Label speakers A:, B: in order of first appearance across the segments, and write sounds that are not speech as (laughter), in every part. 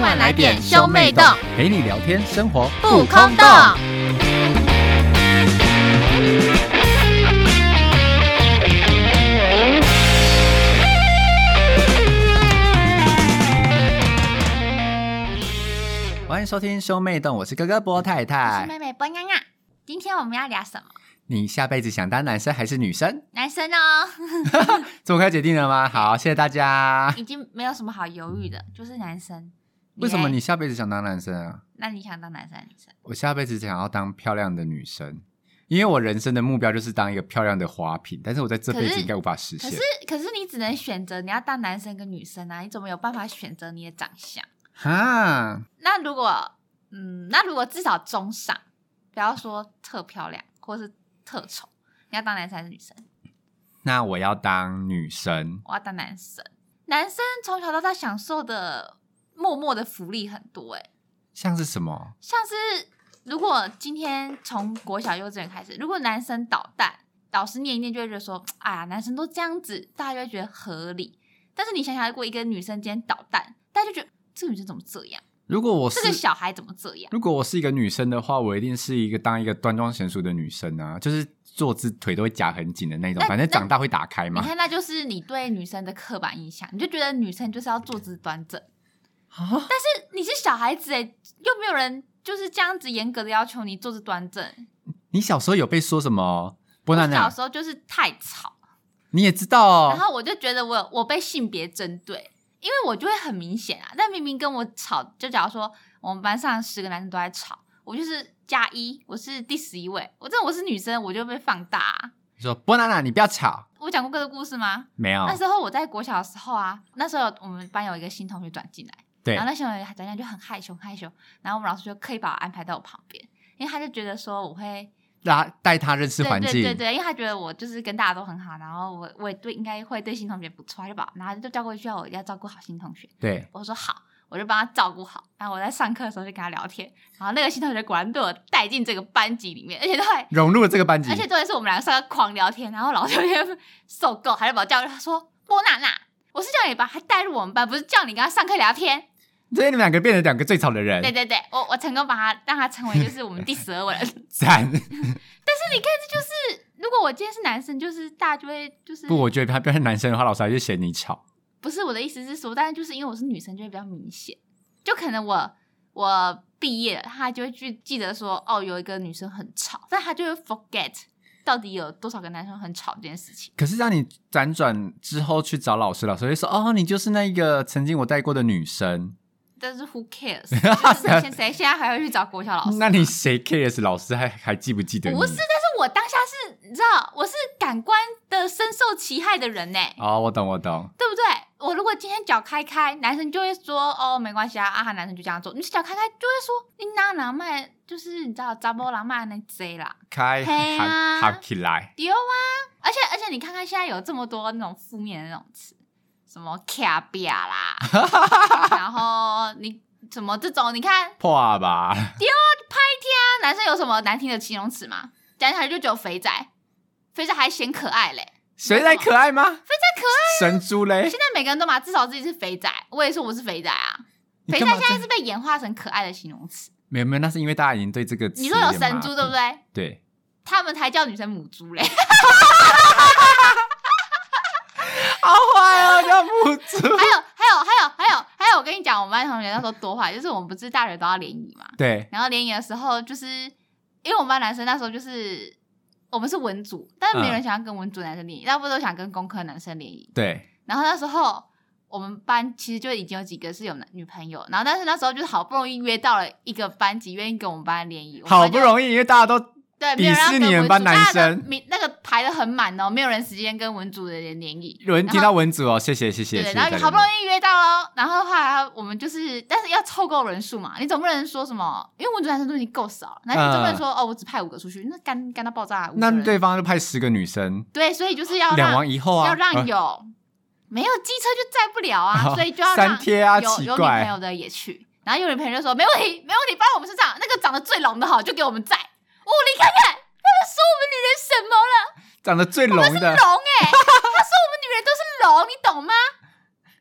A: 快来点兄妹洞，
B: 陪你聊天，生活
A: 不空洞。
B: 欢迎收听兄妹洞，我是哥哥波太
A: 我是妹
B: 太。
A: 妹波娘娘。今天我们要聊什么？
B: 你下辈子想当男生还是女生？
A: 男生哦，
B: 这么快决定了吗？好，谢谢大家。
A: (laughs) 已经没有什么好犹豫的，就是男生。
B: 为什么
A: 嘞
B: 你？下辈子想当男生啊？
A: 那你想当男生还是女生？
B: 我下辈子想要当漂亮的女生，因为我人生的目标就是当一个漂亮的花瓶，但是我在这辈
A: 可
B: 子
A: 是
B: 应该无法实
A: 可
B: 现
A: 是。可是你只能选择你要当男生跟女生啊，你怎么有办法选择你的长相？
B: 哈，
A: 那如果嗯，那如果至少中上，不要说特漂亮或是特丑，你要当男生还是女生？
B: 那我要当女生。
A: 我要当男生。男生从小到大享受的默默的福利很多、欸，
B: 像是什么？
A: 像是如果今天从国小幼稚园开始，如果男生捣蛋，老师念一念就会觉得说，哎呀，男生都这样子，大家就会觉得合理。但是你想想，如果一个女生今天捣蛋，大家就觉得这个女生怎么这样，
B: 如果我是
A: 这个小孩怎么这样？
B: 如果我是一个女生的话，我一定是一个当一个端庄娴熟的女生啊，就是坐姿腿都会夹很紧的那种
A: 那，
B: 反正
A: 那
B: 长大会打开
A: 你
B: 嘛。
A: 看，那就是你对女生的刻板印象，你就觉得女生就是要坐姿端正。
B: 啊，
A: 但是你是小孩子哎、又没有人就是这样子严格的要求你坐姿端正。
B: 你小时候有被说什么？波娜
A: 我小
B: 娜，
A: 时候就是太吵，
B: 你也知道哦
A: 然。后我就觉得我有我被性别针对，因为我就会很明显啊。但明明跟我吵，就假如说我们班上十个男生都在吵，我就是加一，我是第十一位。我这我是女生，我就被放大、啊。
B: 你说波娜娜，你不要吵。
A: 我讲过这个故事吗？
B: 没有
A: 那，时候我在国小的时候啊，那时候有我们班有一个新同学转进来，
B: 对
A: 然后那新同学转进来就很害羞很害羞，然后我们老师就刻意把我安排到我旁边，因为他就觉得说我会
B: 拉带她认识环境。
A: 对对对对，因为他觉得我就是跟大家都很好，然后我我也对应该会对新同学不错，他就把然后他就叫过去要我要照顾好新同学。
B: 对
A: 我说好，我就帮他照顾好。然后我在上课的时候就跟他聊天，然后那个新同学果然被我带进这个班级里面，而且都还
B: 融入了这个班级
A: 而。且重点是我们两个上课狂聊天，然后老师有点受够，还是把我叫过去，他说波娜娜，我是叫你把他带入我们班，不是叫你跟他上课聊天。
B: 所以你们两个变成两个最吵的
A: 对
B: 人，
A: 对对，我我成功把他让他成为就是我们第十二位了。 (laughs)
B: 赞！
A: 嗯就是如果我今天是男生，就是大家就会就是
B: 不，我觉得他变成男生的话，老师还是嫌你吵。
A: 不是我的意思是说，但是就是因为我是女生，就会比较明显。就可能我我毕业了，他就会去记得说，哦，有一个女生很吵，但他就会 forget 到底有多少个男生很吵这件事情。
B: 可是让你辗转之后去找老师，老师会说：“哦，你就是那个曾经我带过的女生。”
A: 但是 who cares？就是谁谁现在还会去找国小老
B: (laughs)
A: 师？
B: 那你谁 cares 老师还还记不记得你？
A: 不是，但是我当下是，你知道，我是感官的深受其害的人呢、
B: 哦，我懂我懂，
A: 对不对？我如果今天脚开开，男生就会说哦没关系啊，啊哈，男生就这样做。你脚开开就会说你哪哪卖，就是你知道查波郎卖那贼啦，
B: 开
A: 嘿啊
B: 喊喊起来，
A: 丢啊！而且而且你看看现在有这么多那种负面的那种词，什么卡比亚
B: (laughs)
A: 啦，然后你什么这种，你看
B: 破吧，
A: 那男生有什么难听的形容词吗？讲起来就只有肥仔，肥仔还嫌可爱嘞。
B: 谁在可爱吗？
A: 肥仔可
B: (laughs)
A: 爱，
B: 神猪嘞
A: 现，在每个人都嘛至少自己是肥仔，我也说我是肥仔啊。
B: 你
A: 肥
B: 干
A: 仔
B: 嘛
A: 现在
B: 这
A: 是被演化成可爱的形容
B: (laughs)
A: 词。
B: 没有没有，那是因为大家已经对这个词
A: 你说有
B: 点
A: 神
B: 麻
A: 猪
B: 痹
A: 对不？
B: (laughs)
A: 对？
B: 对，
A: 他们才叫女生母猪嘞，
B: 好坏哦，叫母猪。
A: 还有还有还有还有还有，我跟你讲，我们班同学那时候多坏，就是我们不是大学都要联谊嘛，
B: 对，
A: 然后联谊的时候，就是因为我们班男生那时候就是我们是文组，但是没有
B: 嗯
A: 人想要跟文组男生联谊，大部分都想跟工科男生联谊。
B: 对，
A: 然后那时候我们班其实就已经有几个是有男女朋友，然后但是那时候就是好不容易约到了一个班级愿意跟我们班联谊，我们
B: 好
A: 班
B: 不
A: 就
B: 容易，因为大家都
A: 对没有人要
B: 鄙视你
A: 跟
B: 们
A: 文
B: 班
A: 组
B: 男
A: 大家的
B: 生
A: 名那个排的很满哦，没有人时间跟文组的人联谊。
B: 有人
A: 然后
B: 听到文组哦，谢谢谢谢
A: 对
B: 谢
A: 对，
B: 谢大
A: 然
B: 家。
A: 后好不容易约到喽，然后后来我们就是，但是要凑够人数嘛，你总不能说什么，因为文组男生都已经够少了，那你总不能说、哦，我只派五个出去，那干干到爆炸。五个
B: 嗯那
A: 人
B: 对方就派十个女生，
A: 对，所以就是要
B: 两
A: 让、
B: 王一后
A: 哦
B: 啊，
A: 要让
B: 啊
A: 有、没有机车就载不了啊，
B: 哦
A: 所以就要
B: 三
A: 让
B: 贴啊，
A: 有
B: 奇
A: 有女朋
B: 怪，
A: 友的也去，然后有女朋友就说没问题，没问题，放在我们身上，那个长得最龙的好就给我们载。哦，你看看，他们说我们女人什么了？
B: 长得最聋的，
A: 龙哎、他说我们女人都是龙，你懂吗？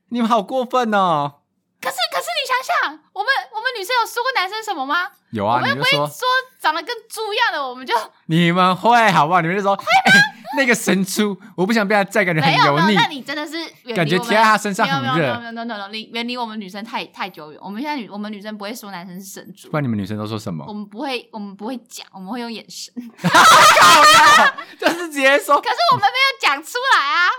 B: 你们好过分哦。
A: 可是可是你想想，我们男生什么吗？
B: 有
A: 我
B: 啊，
A: 们又
B: 你就
A: 不会
B: 说
A: 说长得跟猪一样的，我
B: (laughs)
A: 们就
B: 你们会好不好？你们就说， (laughs) 哎、那个神猪，我不想被它载，感觉很
A: 没有
B: 油
A: 没
B: 腻
A: 有。那你真的是远离
B: 感觉
A: 我们
B: 贴在他身上很热
A: 没有没有没有没有没有，离远离我们女生太太久远。我们现在女我们女生不会说男生是神猪
B: 不，然你们女生都说什
A: 我
B: 么？
A: 们不会我们不会讲，我们会用眼神， (laughs) 可
B: 就是直接
A: (laughs)
B: 说，
A: 是我们没有讲出来啊。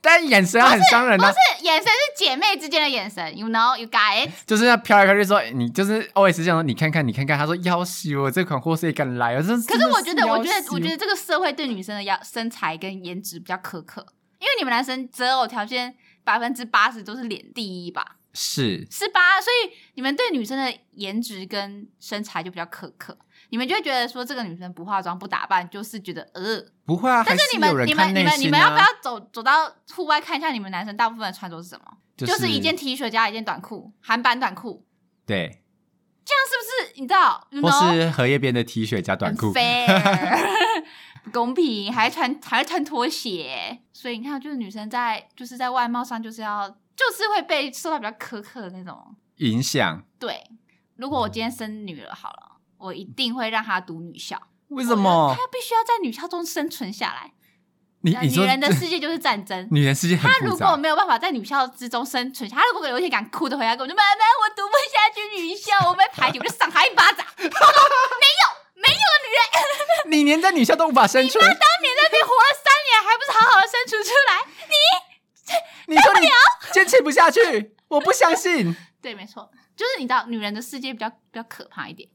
B: 但眼神要很伤人
A: 不
B: 啊，
A: 是眼神是姐妹之间的眼神，you know you got it。
B: 就是要飘来飘去说，哎你就是 always 这样说，你看看你看看，他说要死我这款货色也敢来，我真
A: 可是我觉
B: 真
A: 得，
B: 的
A: 我
B: 要
A: 觉
B: 死
A: 得，我
B: 我
A: 觉得这个社会对女生的要身材跟颜值比较苛刻，因为你们男生择偶条件百分之八十都是脸第一吧，
B: 是
A: 是吧？所以你们对女生的颜值跟身材就比较苛刻，你们就会觉得说这个女生不化妆不打扮，就是觉得呃。
B: 不会啊，
A: 但
B: 还
A: 是
B: 是
A: 你
B: 有
A: 们、
B: 人
A: 你
B: 看
A: 们、
B: 内
A: 你
B: 心啊
A: 们、你们要不要走走到户外看一下你们男生大部分的穿着是什么？
B: 就
A: 就是一件 T 恤加一件短裤，韩版短裤，
B: 对，
A: 这样是不是你知道？You
B: 或
A: know？
B: 是荷叶边的 T 恤加短 (laughs) 裤，
A: fair，不 (laughs) 公平，还穿还穿拖鞋，所以你看，就是女生在就是在外貌上就是要就是会被受到比较苛刻的那种。
B: 影响
A: 对，如果我今天生女儿好了，我一定会让她读女校。
B: 为
A: 为
B: 什么
A: 她？必须要在女校中生存下来。
B: 哦你你
A: 女
B: 说。
A: 人的世界就是战争
B: (laughs) 女人世界很
A: 她
B: 复
A: 如果
B: 杂，
A: 没有办法在女校之中生存，她如果有一天敢哭着回来跟我说：“妈妈，我读不下去女校，我被排挤，我就赏她一巴掌。”
B: 你连在女校都无法生存，
A: 当年那边活了三年，还不是好好的生存出来？
B: 你说你坚持不下去，我不相信。
A: 对，没错，就是你知道，女人的世界比较比较可怕一点。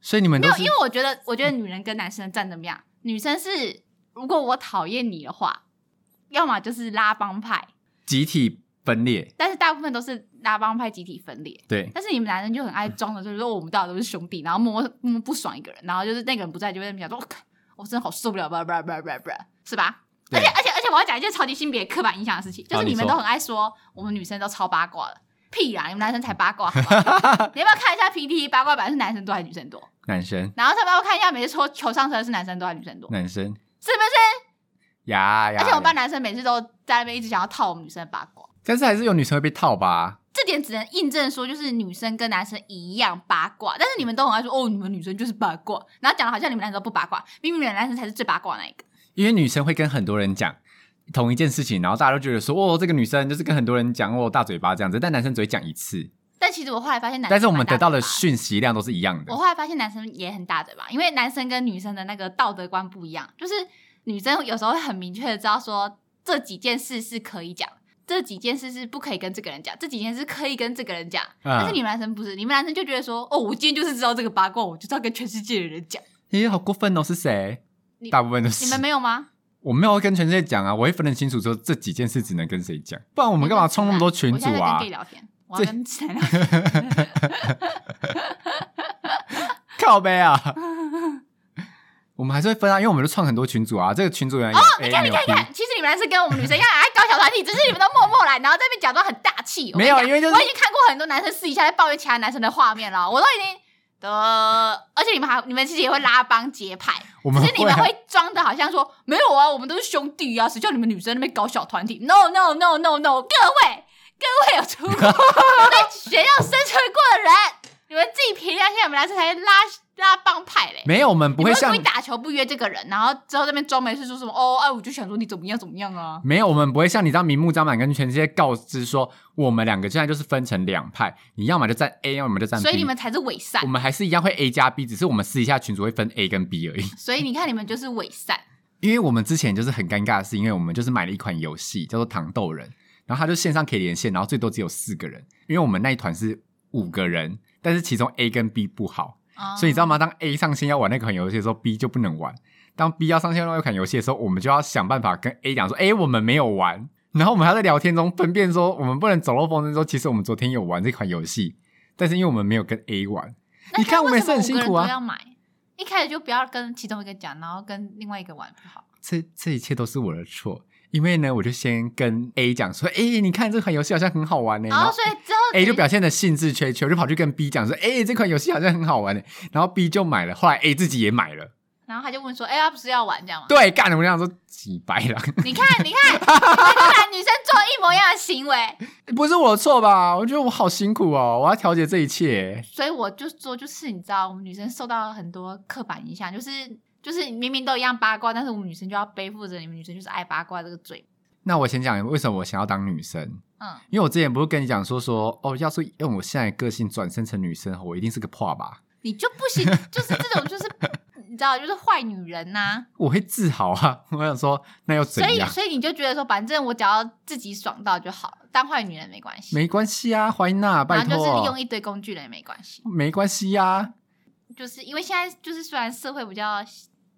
B: 所以你们
A: 没
B: 都
A: 有，
B: 是
A: 因为我觉得，我觉得女人跟男生的战争不一样。女生是，如果我讨厌你的话，要么就是拉帮派，
B: 集体分裂，
A: 但是大部分都是拉帮派集体分裂。
B: 对，
A: 但是你们男人就很爱装的，就是说我们大家都是兄弟，然后默默默默不爽一个人，然后就是那个人不在，就会在那边讲说，我、靠，我真的好受不了，吧吧吧吧吧，是吧？而
B: 对
A: 且而且而且我要讲一件超级性别刻板印象的事情，就
B: 好
A: 是
B: 你
A: 你们
B: 说
A: 都很爱说我们女生都超八卦的，屁啦，你们男生才八卦好不
B: (laughs)
A: 好你要不要看一下 PPT 八卦版是男生多还是女生多？
B: 男生
A: 然后再帮我看一下每次抽球上车是男生多还是女生多，
B: 男生
A: 是不是？
B: 呀呀，
A: 而且我们班
B: 呀
A: 男生每次都在那边一直想要套我们女生的八卦，
B: 但是还是有女生会被套吧？
A: 这点只能印证说，就是女生跟男生一样八卦，但是你们都很爱说哦，你们女生就是八卦，然后讲的好像你们男生都不八卦，明明你们男生才是最八卦的那一个。
B: 因为女生会跟很多人讲同一件事情，然后大家都觉得说，哦，这个女生就是跟很多人讲哦大嘴巴这样子，但男生只会讲一次，
A: 但其实我后来发现男生，
B: 但是我们得到的
A: 的，
B: 讯息量都是一样
A: 我
B: 的。
A: 后来发现男生也很大嘴巴，因为男生跟女生的那个道德观不一样，就是女生有时候会很明确的知道说这几件事是可以讲。这几件事是不可以跟这个人讲，这几件事可以跟这个人讲，但是
B: 嗯
A: 你们男生不是，你们男生就觉得说，哦，我今天就是知道这个八卦，我就是要跟全世界的人讲。
B: 咦，好过分哦，是谁
A: 你？
B: 大部分都
A: 你
B: 是
A: 们没有吗？
B: 我没有跟全世界讲啊，我会分得清楚说这几件事只能跟谁讲，不然我们干嘛冲那么多群
A: 我
B: 组
A: 现在在跟
B: 啊
A: gay？聊天，我要跟直男聊
B: (laughs)
A: 天。
B: (laughs) 靠背啊！我们还是会分啊，因为我们就创很多群组啊，这个群组人哦，
A: 你看，你看，你看，其实你们男生跟我们女生一样爱搞小团体，只是你们都默默来，然后在那边假装很大气。我跟你
B: 没有
A: 讲
B: 因为就是
A: 我已经看过很多男生私底下在抱怨其他男生的画面了，我都已经的，而且你们还你们其实也会拉帮结派，
B: 我
A: 只
B: 们
A: 是你
B: 会
A: 们
B: 啊
A: 会装的好像说没有啊，我们都是兄弟啊，谁叫你们女生那边搞小团体？No No No No No，各位各位有出过 (laughs) 有在学校生存过的人，你们自己评量一下，你们男生才拉拉帮派嘞。
B: (laughs) 没有，我们不
A: 你
B: 会
A: 们
B: 像
A: 故意打球不约这个人，然后之后在那边装没事说什么哦，哎，我就想说你怎么样怎么样啊？
B: 没有，我们不会像你这样明目张胆跟全世界告知说，我们两个现在就是分成两派，你要么就站 A，要么就站 B。
A: 所以你们才是伪善
B: 我，们还是一样会 A 加 B，只是我们私底下群组会分 A 跟 B 而已。
A: 所以你看你们就是伪善，
B: 因为我们之前就是很尴尬的是，因为我们就是买了一款游戏叫做《糖豆人》，然后它就线上可以连线，然后最多只有四个人，因为我们那一团是五个人，但是其中 A 跟 B 不好，嗯
A: 啊哦
B: 所以你知道吗？当 A 上线要玩那款游戏的时候，B 就不能玩；当 B 要上线那款游戏的时候，我们就要想办法跟 A 讲说：“哎、我们没有玩。”然后我们还在聊天中分辨说，我们不能走漏风声说，其实我们昨天有玩这款游戏，但是因为我们没有跟 A 玩，
A: 那
B: 你看我
A: 为
B: 们
A: 什
B: 也是很
A: 么
B: 辛
A: 五个人
B: 苦啊
A: 都要买，一开始就不要跟其中一个讲，然后跟另外一个玩不好。
B: 这这一切都是我的错，因为呢，我就先跟 A 讲说，哎、你看这款游戏好像很好玩呢、
A: 然后哦所以之后
B: A 哎就
A: 表
B: 表现的兴致缺缺，我就跑去跟 B 讲说，哎、这款游戏好像很好玩呢、然后 B 就买了，后来 A 自己也买了，
A: 然后他就问说，哎，他不是要玩这样吗？
B: 对，干了，我就想说几白了， (laughs)
A: 你看，你看，你跟男女生做一模一样的行为，
B: 不是我的错吧？我觉得我好辛苦哦，我要调节这一切。
A: 所以我就说，就是你知道，我们女生受到很多刻板印象，就是就是明明都一样八卦，但是我们女生就要背负着你们女生就是爱八卦这个罪。
B: 那我先讲为什么我想要当女生，
A: 嗯，
B: 因为我之前不是跟你讲说说哦，要是用我现在的个性转身成女生，我一定是个破吧，
A: 你就不
B: (laughs)
A: 行，就是这种就是你知道，就是坏女人呐、
B: (laughs) 我会自豪啊。我想说，那又怎
A: 所以
B: 样？
A: 所以你就觉得说，反正我只要自己爽到就好，当坏女人没关系，
B: 没关系啊，怀娜，
A: 然后
B: 拜
A: 就是利
B: 托
A: 用，一堆工具人也没关系，
B: 没关系啊。
A: 就是因为现在就是虽然社会比较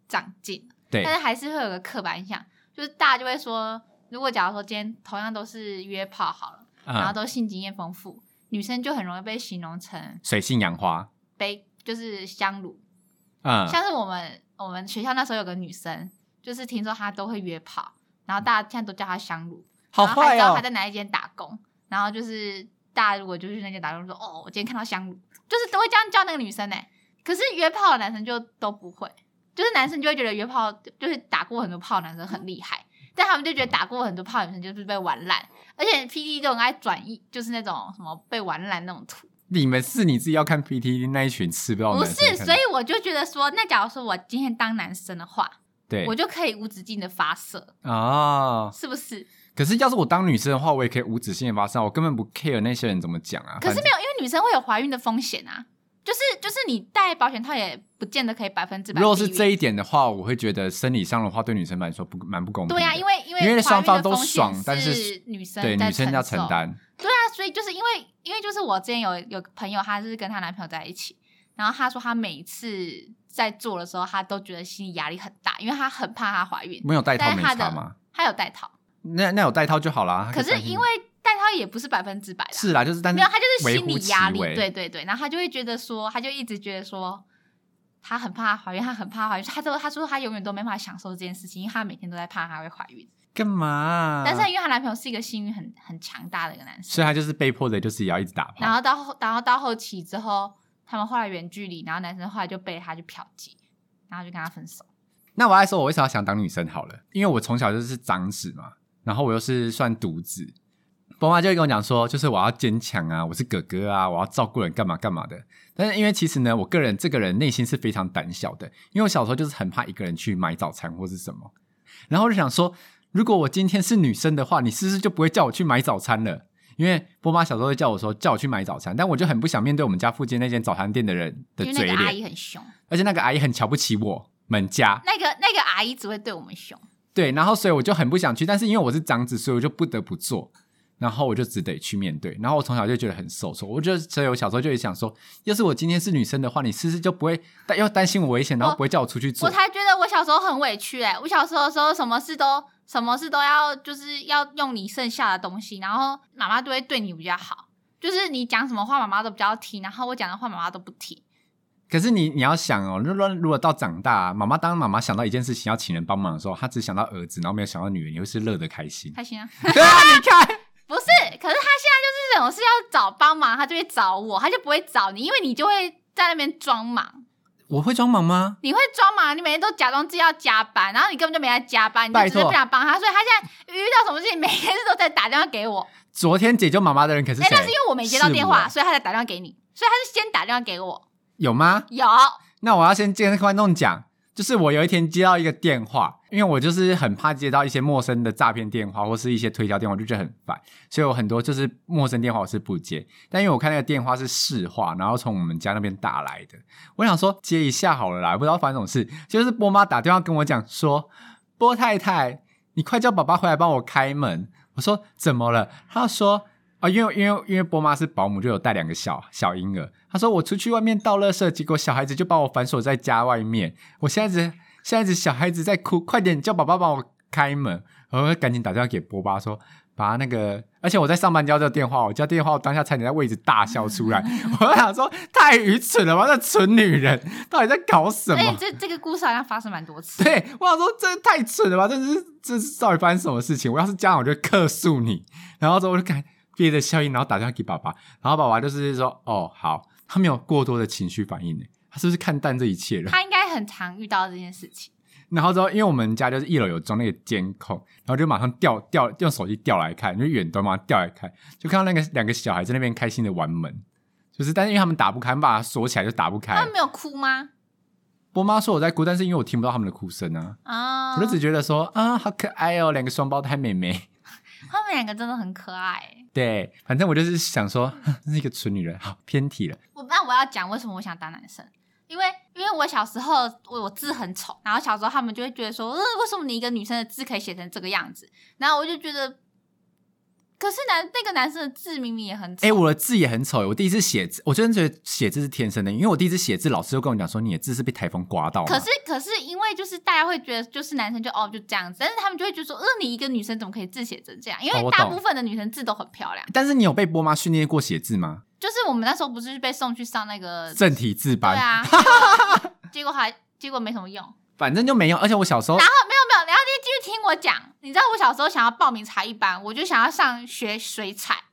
A: 长进，
B: 对
A: 但，是还是会有个刻板印象，就是大家就会说，如果假如说今天同样都是约炮好了，然后
B: 嗯，
A: 都性经验丰富，女生就很容易被形容成
B: 水性杨花，
A: 被就是香炉，
B: 嗯，
A: 像是我们我们学校那时候有个女生，就是听说她都会约炮，然后大家现在都叫她香炉，
B: 好
A: 然后还
B: 坏
A: 知道
B: 哦
A: 她，在哪一间打工，然后就是大家如果就是去那间打工说，哦，我今天看到香炉，就是都会这样叫那个女生呢、欸可是约炮的男生就都不会，就是男生就会觉得约炮就是打过很多炮的男生很厉害，但他们就觉得打过很多炮的女生就是被玩烂，而且 P D 都很爱转移，就是那种什么被玩烂那种图。
B: 你们是你自己要看 PTT 那一群吃不到
A: 不
B: 哦男生
A: 是，
B: 看
A: 所以我就觉得说，那假如说我今天当男生的话，
B: 对
A: 我就可以无止境的发射，
B: 啊。
A: 是不是？
B: 可是要是我当女生的话，我也可以无止境的发散，我根本不 care 那些人怎么讲啊。
A: 可是
B: 反
A: 没有，因为女生会有怀孕的风险啊。就是就是你戴保险套也不见得可以百分之百避
B: 如
A: 孕。
B: 果是这一点的话，我会觉得生理上的话，对女生来说不蛮不公平的。
A: 对啊，因为因为
B: 因为双方都
A: 怀孕的风险
B: 爽但是
A: 是女生
B: 对
A: 在
B: 女生要
A: 承
B: 承
A: 受
B: 担，
A: 对啊，所以就是因为因为就是我之前有有个朋友，她是跟她男朋友在一起，然后她说她每一次在做的时候，她都觉得心理压力很大，因为她很怕她怀孕。
B: 没有带套
A: 但
B: 没
A: 是她
B: 差
A: 的
B: 吗？
A: 她有戴套，
B: 那那有带套就好啦。
A: 可
B: 她
A: 是
B: 担心
A: 因为戴套也不是百分之百的啊、
B: 是啦，就是但
A: 没有，他就是
B: 微
A: 心
B: 乎
A: 理
B: 其
A: 压力，
B: 微
A: 对对对，然后他就会觉得说，他就一直觉得说，他很怕怀孕，他很怕怀孕，他都他说他永远都没办法享受这件事情，因为他每天都在怕她会怀孕。
B: 干嘛？
A: 但是因为她男朋友是一个性欲很很强大的一个男生，
B: 所以他就是被迫的，就是也要一直打
A: 然
B: 炮。
A: 后到后然后到后期之后，他们后来远距离，然后男生后来就被他就嫖妓，然后就跟他分手。
B: 那我来说，我为什么想当女生好了？因为我从小就是长子嘛，然后我又是算独子，爸妈就会跟我讲说，就是我要坚强啊，我是哥哥啊，我要照顾人干嘛干嘛的。但是因为其实呢，我个人这个人内心是非常胆小的，因为我小时候就是很怕一个人去买早餐或是什么，然后我就想说，如果我今天是女生的话，你是不是就不会叫我去买早餐了？因为波妈小时候会叫我说叫我去买早餐，但我就很不想面对我们家附近那间早餐店的人的
A: 因为
B: 嘴
A: 那个
B: 脸，
A: 阿姨很凶，
B: 而且那个阿姨很瞧不起我们家，
A: 那个那个阿姨只会对我们凶。
B: 对，然后所以我就很不想去，但是因为我是长子，所以我就不得不做，然后我就只得去面对。然后我从小就觉得很受挫，我就所以我小时候就也想说，要是我今天是女生的话，你是不是就不会担要担心我危险，然后不会叫我出去做
A: 哦我？才觉得我小时候很委屈哎、我小时候的时候，什么事都什么事都要就是要用你剩下的东西，然后妈妈都会对你比较好，就是你讲什么话妈妈都比较听，然后我讲的话妈妈都不听。。
B: 可是你你要想哦，如果如果到长大、妈妈当妈妈想到一件事情要请人帮忙的时候，她只想到儿子，然后没有想到女儿，你会是乐得开心
A: (laughs) 开心啊？
B: 对啊，你看， (laughs)
A: 不是，可是他现在就是这种事要找帮忙，他就会找我，他就不会找你，因为你就会在那边装忙，
B: 我会装忙吗？
A: 你会装忙，你每天都假装自己要加班，然后你根本就没在加班，你就
B: 拜
A: 只是不
B: 托
A: 想帮他，所以他现在遇到什么事情，每天都在打电话给我。
B: 昨天解救妈妈的人可是
A: 哎、
B: 谁？
A: 那是因为我没接到
B: 是
A: 电话，
B: 我
A: 所以他才打电话给你，所以他是先打电话给我。
B: 有吗？
A: 有，
B: 那我要先跟观众讲，就是我有一天接到一个电话，因为我就是很怕接到一些陌生的诈骗电话或是一些推销电话，我就觉得很烦，所以我很多就是陌生电话我是不接。但因为我看那个电话是市话，然后从我们家那边打来的，我想说接一下好了啦，不知道发生什么事，就是波妈打电话跟我讲说，波太太，你快叫爸爸回来帮我开门。我说怎么了？她说。啊，因为因为因为波妈是保姆，就有带两个小小婴儿。她说我出去外面倒垃圾，结果小孩子就把我反锁在家外面。我现在只现在只小孩子在哭，快点叫爸爸帮我开门。然后赶紧打电话给波妈说，把那个，而且我在上班接到这个电话，我接到电话，我当下差点在位置大笑出来。我想说太愚蠢了吧，那蠢女人到底在搞什
A: 所以
B: 么？
A: 这这个故事好像发生蛮多次。
B: (laughs) 对，我想说这太蠢了吧！这是这是到底发生什么事情？我要是家长，我就客诉你。然后之后我就看憋着笑意，然后打电话给爸爸，然后爸爸就是说：“哦，好。”他没有过多的情绪反应呢，他是不是看淡这一切了？ (laughs)
A: 他应该很常遇到这件事情，
B: 然后之后，因为我们家就是一楼有装那个监控，然后就马上调调用手机调来看，就远端嘛调来看，就看到那个两个小孩在那边开心的玩门，就是但是因为他们打不开，我们把它锁起来就打不
A: 他
B: 开
A: 们。没有哭吗？
B: 我妈说我在哭，但是因为我听不到他们的哭声啊，
A: 啊、
B: 我就只觉得说啊好可爱哦，两个双胞胎妹妹。
A: 他们两个真的很可爱。
B: 对，反正我就是想说， (laughs) 哼真是一个蠢女人，好偏题了。
A: 我那我要讲为什么我想当男生，因为因为我小时候我我字很丑，然后小时候他们就会觉得说，呃，为什么你一个女生的字可以写成这个样子？然后我就觉得，可是男那个男生的字明明也很丑，
B: 哎、我的字也很丑，我第一次写字，我真的觉得写字是天生的，因为我第一次写字，老师就跟我讲说，你的字是被台风刮到嘛。
A: 可是可是因为就是大家会觉得就是男生就哦就这样子，但是他们就会觉得说，呃，你一个女生怎么可以字写成这样？因
B: 哦
A: 为
B: 我
A: 大
B: 懂
A: 部分的女生字都很漂亮。
B: 但是你有被波妈训练过写字吗？
A: 就是我们那时候不是被送去上那个
B: 正体字
A: 呃对
B: 班，
A: 啊，结果 (laughs) 结果还结果没什么用。
B: 反正就没有。而且我小时候
A: 然，后没有没有，然后你继续听我讲。你知道我小时候想要报名才艺班，我就想要上学水彩，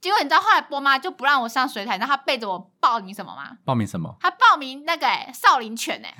A: 结果你知道后来波妈就不让我上水彩，然后她背着我报名什么吗？
B: 报名什么？
A: 她报名那个、欸、少林拳
B: (laughs)
A: 哎、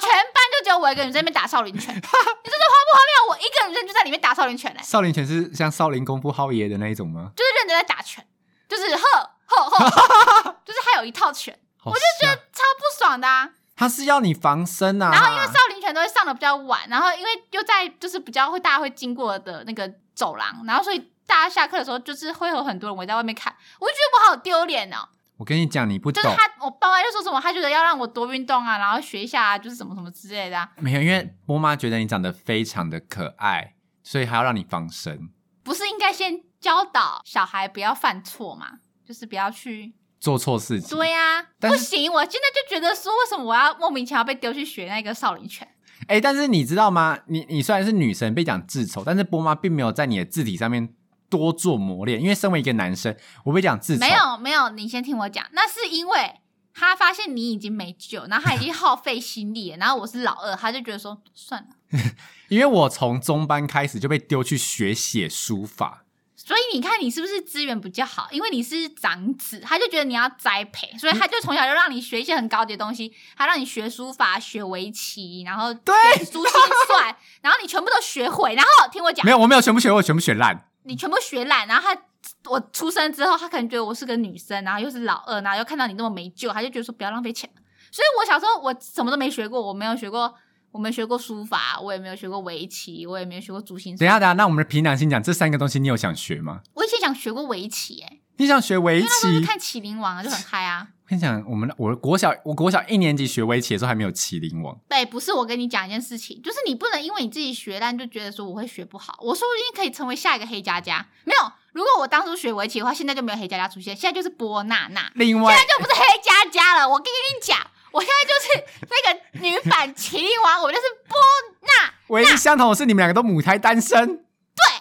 A: 全班就只有我一个女生在那边打少林
B: (laughs)
A: 拳，你这是荒不荒谬？我一个女生就在里面打少林拳哎、
B: 少林拳是像少林功夫浩爷的那一种吗？
A: 就是认真在打拳，就是呵呵呵，
B: (laughs)
A: 就是还有一套拳，
B: 我就觉得
A: 超不爽的啊！
B: 他是要你防身哦啊。
A: 然后因为少林拳都会上的比较晚，然后因为又在就是比较会大家会经过的那个走廊，然后所以大家下课的时候就是会有很多人围在外面看，我就觉得我好丢脸哦。
B: 我跟你讲，你不
A: 就
B: 懂
A: 是，他，我爸妈就说什么，他觉得要让我多运动啊，然后学一下、啊、就是什么什么之类的、啊，
B: 没有，因为波妈觉得你长得非常的可爱，所以还要让你防身，
A: 不是应该先教导小孩不要犯错嘛？就是不要去
B: 做错事情。
A: 对呀、
B: 但
A: 不
B: 是
A: 行！我现在就觉得说，为什么我要莫名其妙被丢去学那个少林拳？
B: 哎、但是你知道吗？你你虽然是女神被讲字丑，但是波妈并没有在你的字体上面多做磨练，因为身为一个男生，我被讲字丑，
A: 没有没有，你先听我讲，那是因为他发现你已经没救，然后他已经耗费心力了，然后我是老二，他就觉得说算了，
B: 因为我从中班开始就被丢去学写书法，
A: 所以你看你是不是资源比较好？因为你是长子，他就觉得你要栽培，所以他就从小就让你学一些很高级的东西，他让你学书法、学围棋，然后对
B: 哎
A: 珠心算，然后你全部都学会，然后听我讲
B: 没，有，我没有全部学会，我全部学烂。
A: 你全部学烂，然后他。我出生之后，他可能觉得我是个女生，然后又是老二，然后又看到你那么没救，他就觉得说不要浪费钱。所以我小时候我什么都没学过，我没有学过，我没学过书法，我也没有学过围棋，我也没有学过珠心
B: 等一
A: 算。
B: 下，等一下，那我们的凭良心讲，这三个东西你有想学吗？
A: 我以前想学过围棋、欸，哎，
B: 你想学围
A: 因为那时候
B: 棋
A: 就？看《麒麟王》啊，就很嗨啊。
B: 我跟你讲，我们我国小我国小一年级学围棋的时候还没有麒麟王，
A: 对，不是我跟你讲一件事情，就是你不能因为你自己学烂就觉得说我会学不好，我说不定可以成为下一个黑佳佳。没有，如果我当初学围棋的话，现在就没有黑佳佳出现，现在就是波娜娜。
B: 另
A: 现
B: 外
A: 在就不是黑加加了，我跟你讲，我现在就是 (laughs) 那个女版麒麟王，我就是波娜，
B: 唯一相同的是你们两个都母胎单身，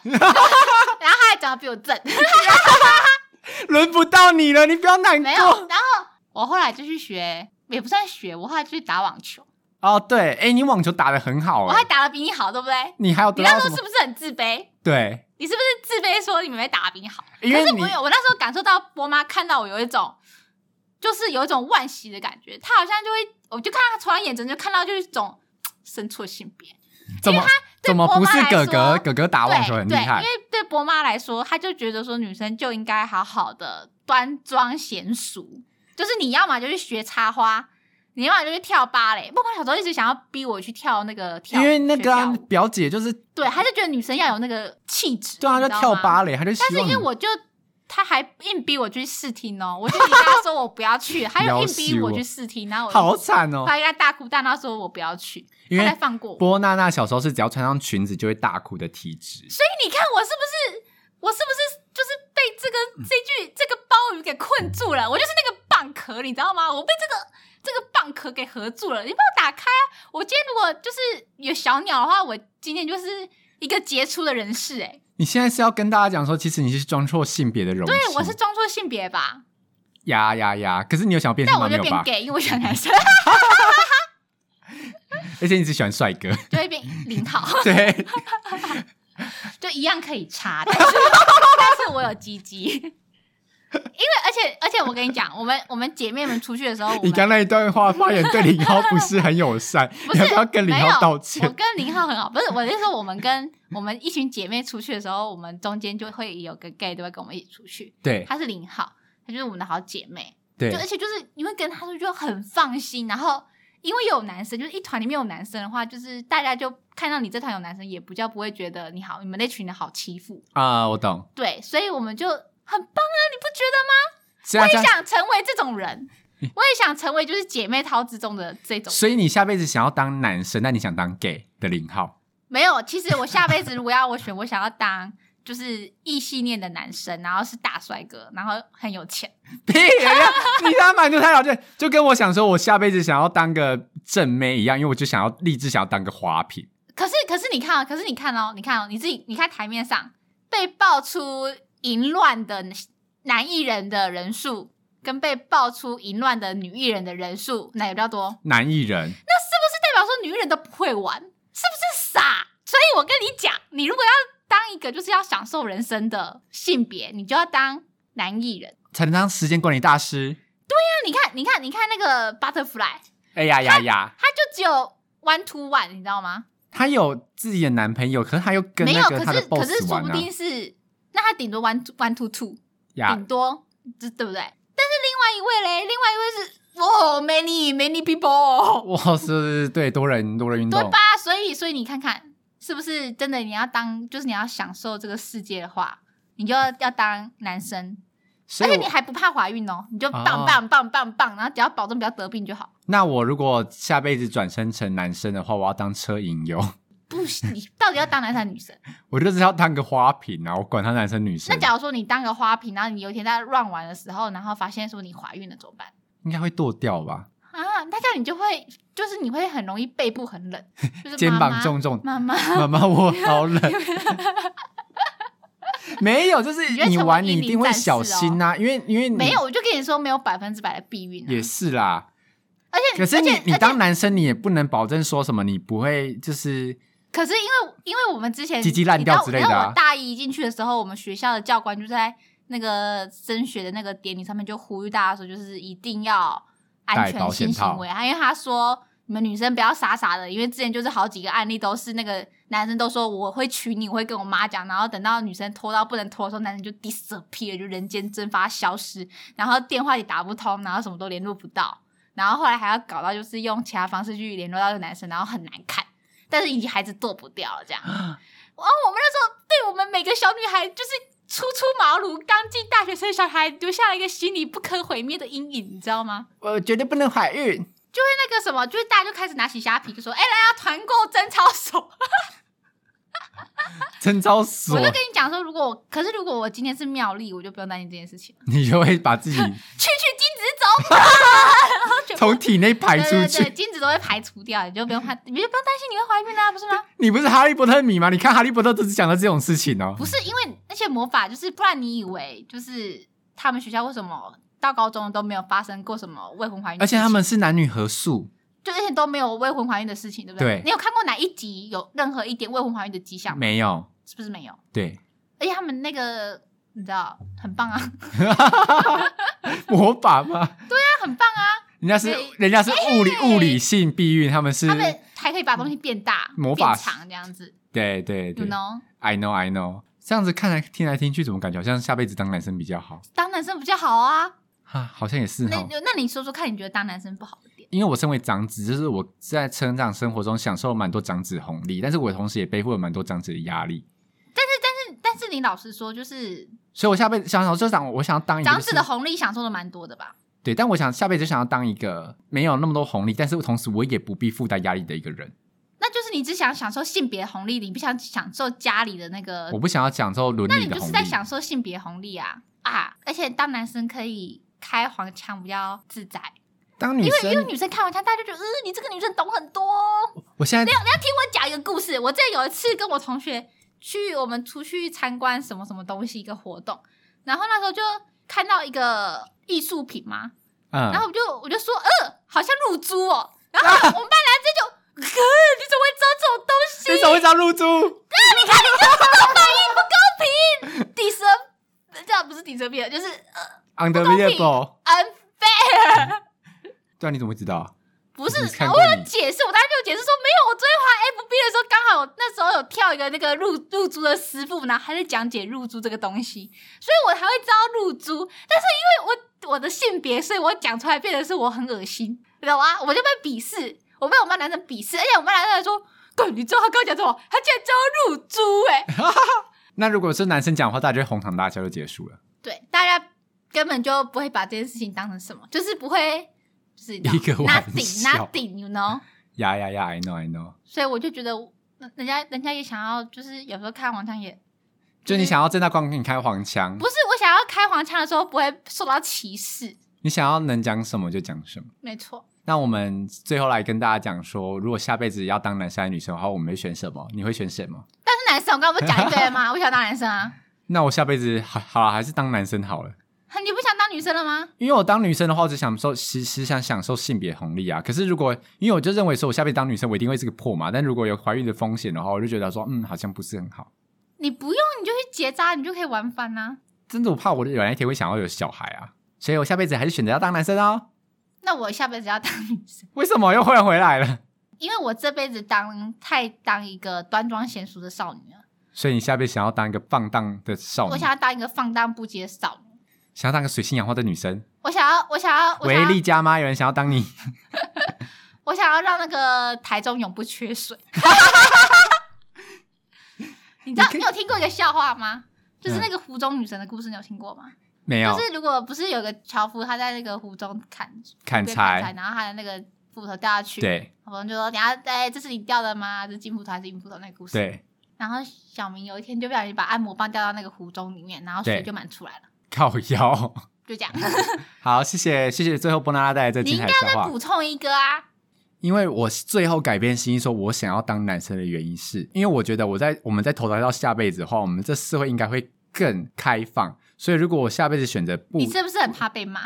A: 然后她还长得比我正，
B: 轮不到你了，你不要难
A: 没有
B: 过。。
A: 然后我后来就去学，也不算学，我后来就去打网球，
B: 哦，对，哎，你网球打得很好
A: 我还
B: 哎，
A: 打得比你好，对不对？
B: 你还有
A: 你
B: 得
A: 那
B: 到
A: 时
B: 什
A: 候
B: 么
A: 是？不是很自卑？
B: 对，
A: 你是不是自卑说你妹妹打得比你好？
B: 因
A: 可
B: 为
A: 是
B: 你
A: 我有，我那时候感受到波妈看到我有一种，就是有一种惋惜的感觉，她好像就会，我就看她从她眼神就看到就是一种生错性别。
B: 怎么
A: 对
B: 怎么
A: 波
B: 不
A: 妈
B: 是
A: 来
B: 哥哥
A: 说
B: 哥哥打网球很厉
A: 对对，
B: 害
A: 因？为对波妈来说，她就觉得说女生就应该好好的端庄娴淑，就是你要么就去学插花，你要么就去跳芭蕾。波妈小时候一直想要逼我去跳那个跳
B: 因
A: 舞，
B: 为那个啊
A: 学跳舞
B: 表姐就是
A: 对，她就觉得女生要有那个气质，
B: 对啊，
A: 你
B: 就
A: 知道
B: 跳
A: 吗
B: 芭蕾，他就希
A: 但是
B: 望
A: 因为
B: 你
A: 我就。她还硬逼我去试听哦，我就跟她说我不要
B: (laughs)
A: 去，她就
B: 要
A: 硬逼
B: 死
A: 我
B: 我
A: 去试听，然后我就
B: 好惨哦
A: 后，来跟她大哭大闹说我不要去，
B: 因
A: 她才
B: 为
A: 放过我。哎
B: 波娜娜小时候是只要穿上裙子就会大哭的体质，
A: 所以你看我是不是，我是不是就是被这个这句这个鲍鱼给困住了？我就是那个蚌壳，你知道吗？我被这个这个蚌壳给合住了。你帮我打开啊！我今天如果就是有小鸟的话，我今天就是一个杰出的人士、欸。哎，
B: 你现在是要跟大家讲说，其实你是装错性别的容器。
A: 对，我是装错性别吧？
B: 呀呀呀！可是你有想要变
A: 但
B: 性
A: 我
B: 吗？ (laughs)
A: 就
B: 没有
A: 变
B: 吧？
A: gay，因为我喜欢男生， (laughs)
B: 而且你只喜欢帅哥，
A: 就会变零号， (laughs)
B: 对，
A: (laughs) 就一样可以插，但是但是我有鸡鸡。而且而且我跟你讲，我们我们姐妹们出去的时候，我
B: 你
A: 们
B: 刚那一段话发言对林浩不是很友善，
A: 不
B: 你
A: 是
B: 要不要跟林
A: 没
B: 浩
A: 有，
B: 道
A: 我
B: 歉？
A: 跟林浩很好，不是我是说我们跟我们一群姐妹出去的时候，我们中间就会有个 gay 都会跟我们一起出去，
B: 对
A: 她是林浩，她就是我们的好姐妹，
B: 对
A: 就而且就是因为跟她出去就很放心，然后因为有男生，就是一团里面有男生的话，就是大家就看到你这团有男生，也不叫不会觉得你好，你们那群人好欺负，
B: 啊，我懂。
A: 对，所以我们就很棒啊，你不觉得吗？
B: 这
A: 我
B: 样啊这
A: 也
B: 样，
A: 想成为这种人，我也想成为就是姐妹淘之中的这种。
B: 所以你下辈子想要当男生，那你想当 gay 的林
A: (laughs)
B: 浩？
A: 没有，其实我下辈子如果要我选，我想要当就是异性恋的男生，然后是大帅哥，然后很有钱。
B: 屁呀！你他妈就太老见，就跟我想说，我下辈子想要当个正妹一样，因为我就想要立志想要当个花瓶。
A: 可是可是你看啊，可是你看哦，你看哦，你自己你看台面上被爆出淫乱的男艺人的人数，跟被爆出淫乱的女艺人的人数，哪个比较多？
B: 男艺人，
A: 那是不是代表说女艺人都不会玩？是不是傻？所以我跟你讲，你如果要当一个就是要享受人生的性别，你就要当男艺人。
B: 才能当时间管理大师。
A: 那你看，你看，你看那个 Butterfly，
B: 哎呀呀呀！
A: 他就只有 one to one，你知道吗？
B: 她有自己的男朋友，可是她又跟
A: 没有，
B: 那个
A: 可
B: 她的
A: 是可
B: boss
A: 是说
B: 玩
A: 不
B: 啊
A: 定嗯是，那他顶多 one to- one to two，
B: 呀
A: 顶多这对不对？但是另外一位嘞，另外一位是哦、many many people，
B: 哇，是，对，多人多人运
A: 对
B: 动，
A: 吧？所以所以你看看，是不是真的？你要当就是你要享受这个世界的话，你就要要当男生，
B: 所
A: 而
B: 以
A: 且
B: 我
A: 你还不怕怀孕哦，你就
B: 哦
A: 棒棒棒棒棒，然后只要保证不要得病就好。
B: 那我如果下辈子转身成男生的话，我要当车银优，
A: 不行，你到底要当男生还是女生？
B: 我就是要当个花瓶啊，我管他男生女生
A: 那，假如说你当个花瓶，然后你有一天在乱玩的时候，然后发现说你怀孕了，怎么办？
B: 应该会剁掉吧，
A: 啊，那这样你就会，就是你会很容易背部很
B: (laughs)
A: 冷，就是
B: 肩
A: 妈
B: 膀
A: 妈
B: 重嗯重，
A: 妈妈，
B: 妈妈我好冷。没有，就是
A: 你觉得
B: 你
A: 成为
B: 玩你
A: 一
B: 一
A: 名
B: 定会
A: 战士
B: 小
A: 哦
B: 心呐、因为因为你
A: 没有，我就跟你说没有百分之百的避孕、啊，
B: 也是啦，
A: 而且
B: 可是
A: 而
B: 你
A: 且
B: 你
A: 而且
B: 当男生你也不能保证说什么你不会就是
A: 可是因为因为我们之前
B: 鸡鸡烂掉之类的啊
A: 你知道我你知道我大一进去的时候，我们学校的教官就在那个升学的那个典礼上面就呼吁大家说，就是一定要安
B: 戴保
A: 全
B: 险
A: 性
B: 套
A: 行为啊，因为他说你们女生不要傻傻的，因为之前就是好几个案例都是那个男生都说我会娶你，我会跟我妈讲，然后等到女生拖到不能拖的时候，男生就 disappear 就人间蒸发消失，然后电话也打不通，然后什么都联络不到。然后后来还要搞到就是用其他方式去联络到这个男生，然后很难看，但是你还是剁不掉了这样。
B: (gasps)
A: 然后我们那时候对我们每个小女孩，就是初出茅庐、刚进大学生的小孩，留下了一个心理不可毁灭的阴影，你知道吗？
B: 我呃绝对不能怀孕，
A: 那个什么，就是大家就开始拿起虾皮，就说：“哎，来啊，团购真操手。
B: 真招”
A: 我
B: 锁
A: 就，跟你讲说，如果我，可是如果我今天是妙丽，我就不用担心这件事情了。
B: 你就会把自己
A: 去去金子走吧，然后全部
B: 从体内排出
A: 对对
B: 去。
A: 对，金子都会排除掉，你就不用怕，你就不用担心你会怀孕啊，不是吗？
B: 你不是哈利波特迷吗？你看哈利波特都是讲到这种事情哦。
A: 不是因为那些魔法，就是不然你以为就是他们学校为什么到高中都没有发生过什么未婚怀孕的
B: 而
A: 事情？
B: 且他们是男女合宿，
A: 就而且都没有未婚怀孕的事情，对不对？
B: 对
A: 你有看过哪一集有任何一点未婚怀孕的迹象吗？
B: 没有。
A: 是不是没有？
B: 对，
A: 而且他们那个你知道很
B: (laughs)
A: 棒啊，
B: 魔法吗？
A: 那很棒啊，
B: 人家是
A: 对
B: 人家是物理
A: 哎
B: 物理性避孕，他们是
A: 他们还可以把东西变大、
B: 魔法
A: 变长这样子
B: 对对
A: ，you
B: 对
A: know。
B: ，I know I know。这样子看来听来听去，怎么感觉好像下辈子当男生比较好？
A: 当男生比较好啊，
B: 哈，好像也是
A: 那
B: 哈。
A: 那你说说看，你觉得当男生不好的点？
B: 因为我身为长子，就是我在成长生活中享受了蛮多长子红利，但是我同时也背负了蛮多长子的压力，
A: 但但是你老实说，就是
B: 所以我下辈子想想就想我想要当一个、
A: 长子的
B: 就是
A: 红利享受的蛮多的吧？
B: 对，但我想下辈子想要当一个没有那么多红利，但是同时我也不必负担压力的一个人。
A: 那就是你只想享受性别红利，你不想享受家里的那个
B: 我不想要享受伦
A: 呃那
B: 理
A: 你
B: 的
A: 就
B: 红
A: 是
B: 利。
A: 在享受性别红利啊啊！而且当男生可以开黄腔比较自在，
B: 当女
A: 因为因为
B: 生，嗯
A: 女生开黄腔，大家就觉得，嗯、你这个女生懂很多哦。
B: 我现在
A: 听我讲一个故事，我这有一次跟我同学去我们出去参观什么什么东西一个活动，然后那时候就看到一个艺术品嘛，然
B: 嗯，
A: 后我就我就说，呃，好像露珠哦。然后我们班男生就，呃，你怎么会知道这种东西？
B: 你怎么会招入猪？嗯
A: 反应不公平，底蛇，这不是底蛇变，就是呃
B: unbelievable。
A: unfair。
B: 对啊，你怎么会知道？
A: 不是，
B: 你看
A: 我
B: 过
A: 有
B: 你
A: 解释，我当时就有解释说没有，我昨天滑 FB 的时候，刚好那时候有跳一个那个入入珠的师傅，然后他在讲解入珠这个东西，所以我才会知道入珠。但是因为我我的性别，所以我讲出来变得是我很恶心，你懂吗？我就被鄙视，我被我们班男生鄙视，而且我们班男生还说。滚！你知道他跟我讲什么？他竟然教入珠哎、
B: 那如果是男生讲的话，大家就哄堂大笑就结束了。
A: (laughs) 对，大家根本就不会把这件事情当成什么，就是不会，就是
B: 一个玩
A: nothing
B: 笑
A: nothing，you know。
B: 呀呀呀！I know, I know。
A: 所以我就觉得人人家人家也想要，就是有时候开黄腔也
B: 就你想要正大光明开黄腔
A: 不，是我想要开黄腔的时候不会受到歧视，
B: 你想要能讲什么就讲什么。
A: 没错。
B: 那我们最后来跟大家讲说，如果下辈子要当男生还是女生的话，我们会选什么？你会选什么？
A: 但是男生，我刚刚不是讲一堆了吗？我想当男生啊，
B: 那我下辈子好好啦还是当男生好了，
A: 你不想当女生了吗？
B: 因为我当女生的话，我只享受其实想享受性别红利啊。可是如果因为我就认为说我下辈子当女生，我一定会是个破嘛。但如果有怀孕的风险的话，我就觉得说，嗯，好像不是很好。
A: 你不用，你就去结扎，你就可以玩翻啊呐、
B: 真的，我怕我有那一天会想要有小孩啊，所以我下辈子还是选择要当男生哦。
A: 那我下辈子要当女生，
B: 为什么又忽然回来了？
A: 因为我这辈子当太当一个端庄贤淑的少女了，
B: 所以你下辈子想要当一个放荡的少
A: 我
B: 女，
A: 想要当一个放荡不羁的少女，
B: 想要当个水性杨花的女生。
A: 我想要，我想要，我
B: 维
A: 想
B: 力
A: 要，
B: 加吗？有人想要
A: (laughs)
B: 当你？
A: 我想要让那个台中永不缺
B: (laughs)
A: 水。你知道
B: 你可以
A: 你有听过一个笑话吗？就是
B: 嗯
A: 那个湖中女神的故事，你有听过吗？
B: 没有
A: 就，是如果不是有个樵夫，他在那个湖中砍
B: 砍
A: 被
B: 柴。
A: 然后他的那个斧头掉下去，，
B: 对
A: 我们就说：“等一下，哎，这是你掉的吗？这是金斧头还是银斧头？”那个故事。。
B: 对，
A: 然后小明有一天就不小心把按摩棒掉到那个湖中里面，然后水
B: 对
A: 就满出来了，
B: 靠腰。
A: 就这样。
B: 好，谢谢谢谢，最后波娜拉带来这
A: 你
B: 精
A: 应
B: 彩
A: 该
B: 的笑
A: 再 (laughs)
B: 话。
A: 补充一个啊，
B: 因为我最后改变心意，说我想要当男生的原因是，因为我觉得我在我们在投胎到下辈子的话，我们这社会应该会更开放。所以如果我下辈子选择不
A: 你是不是很怕被骂？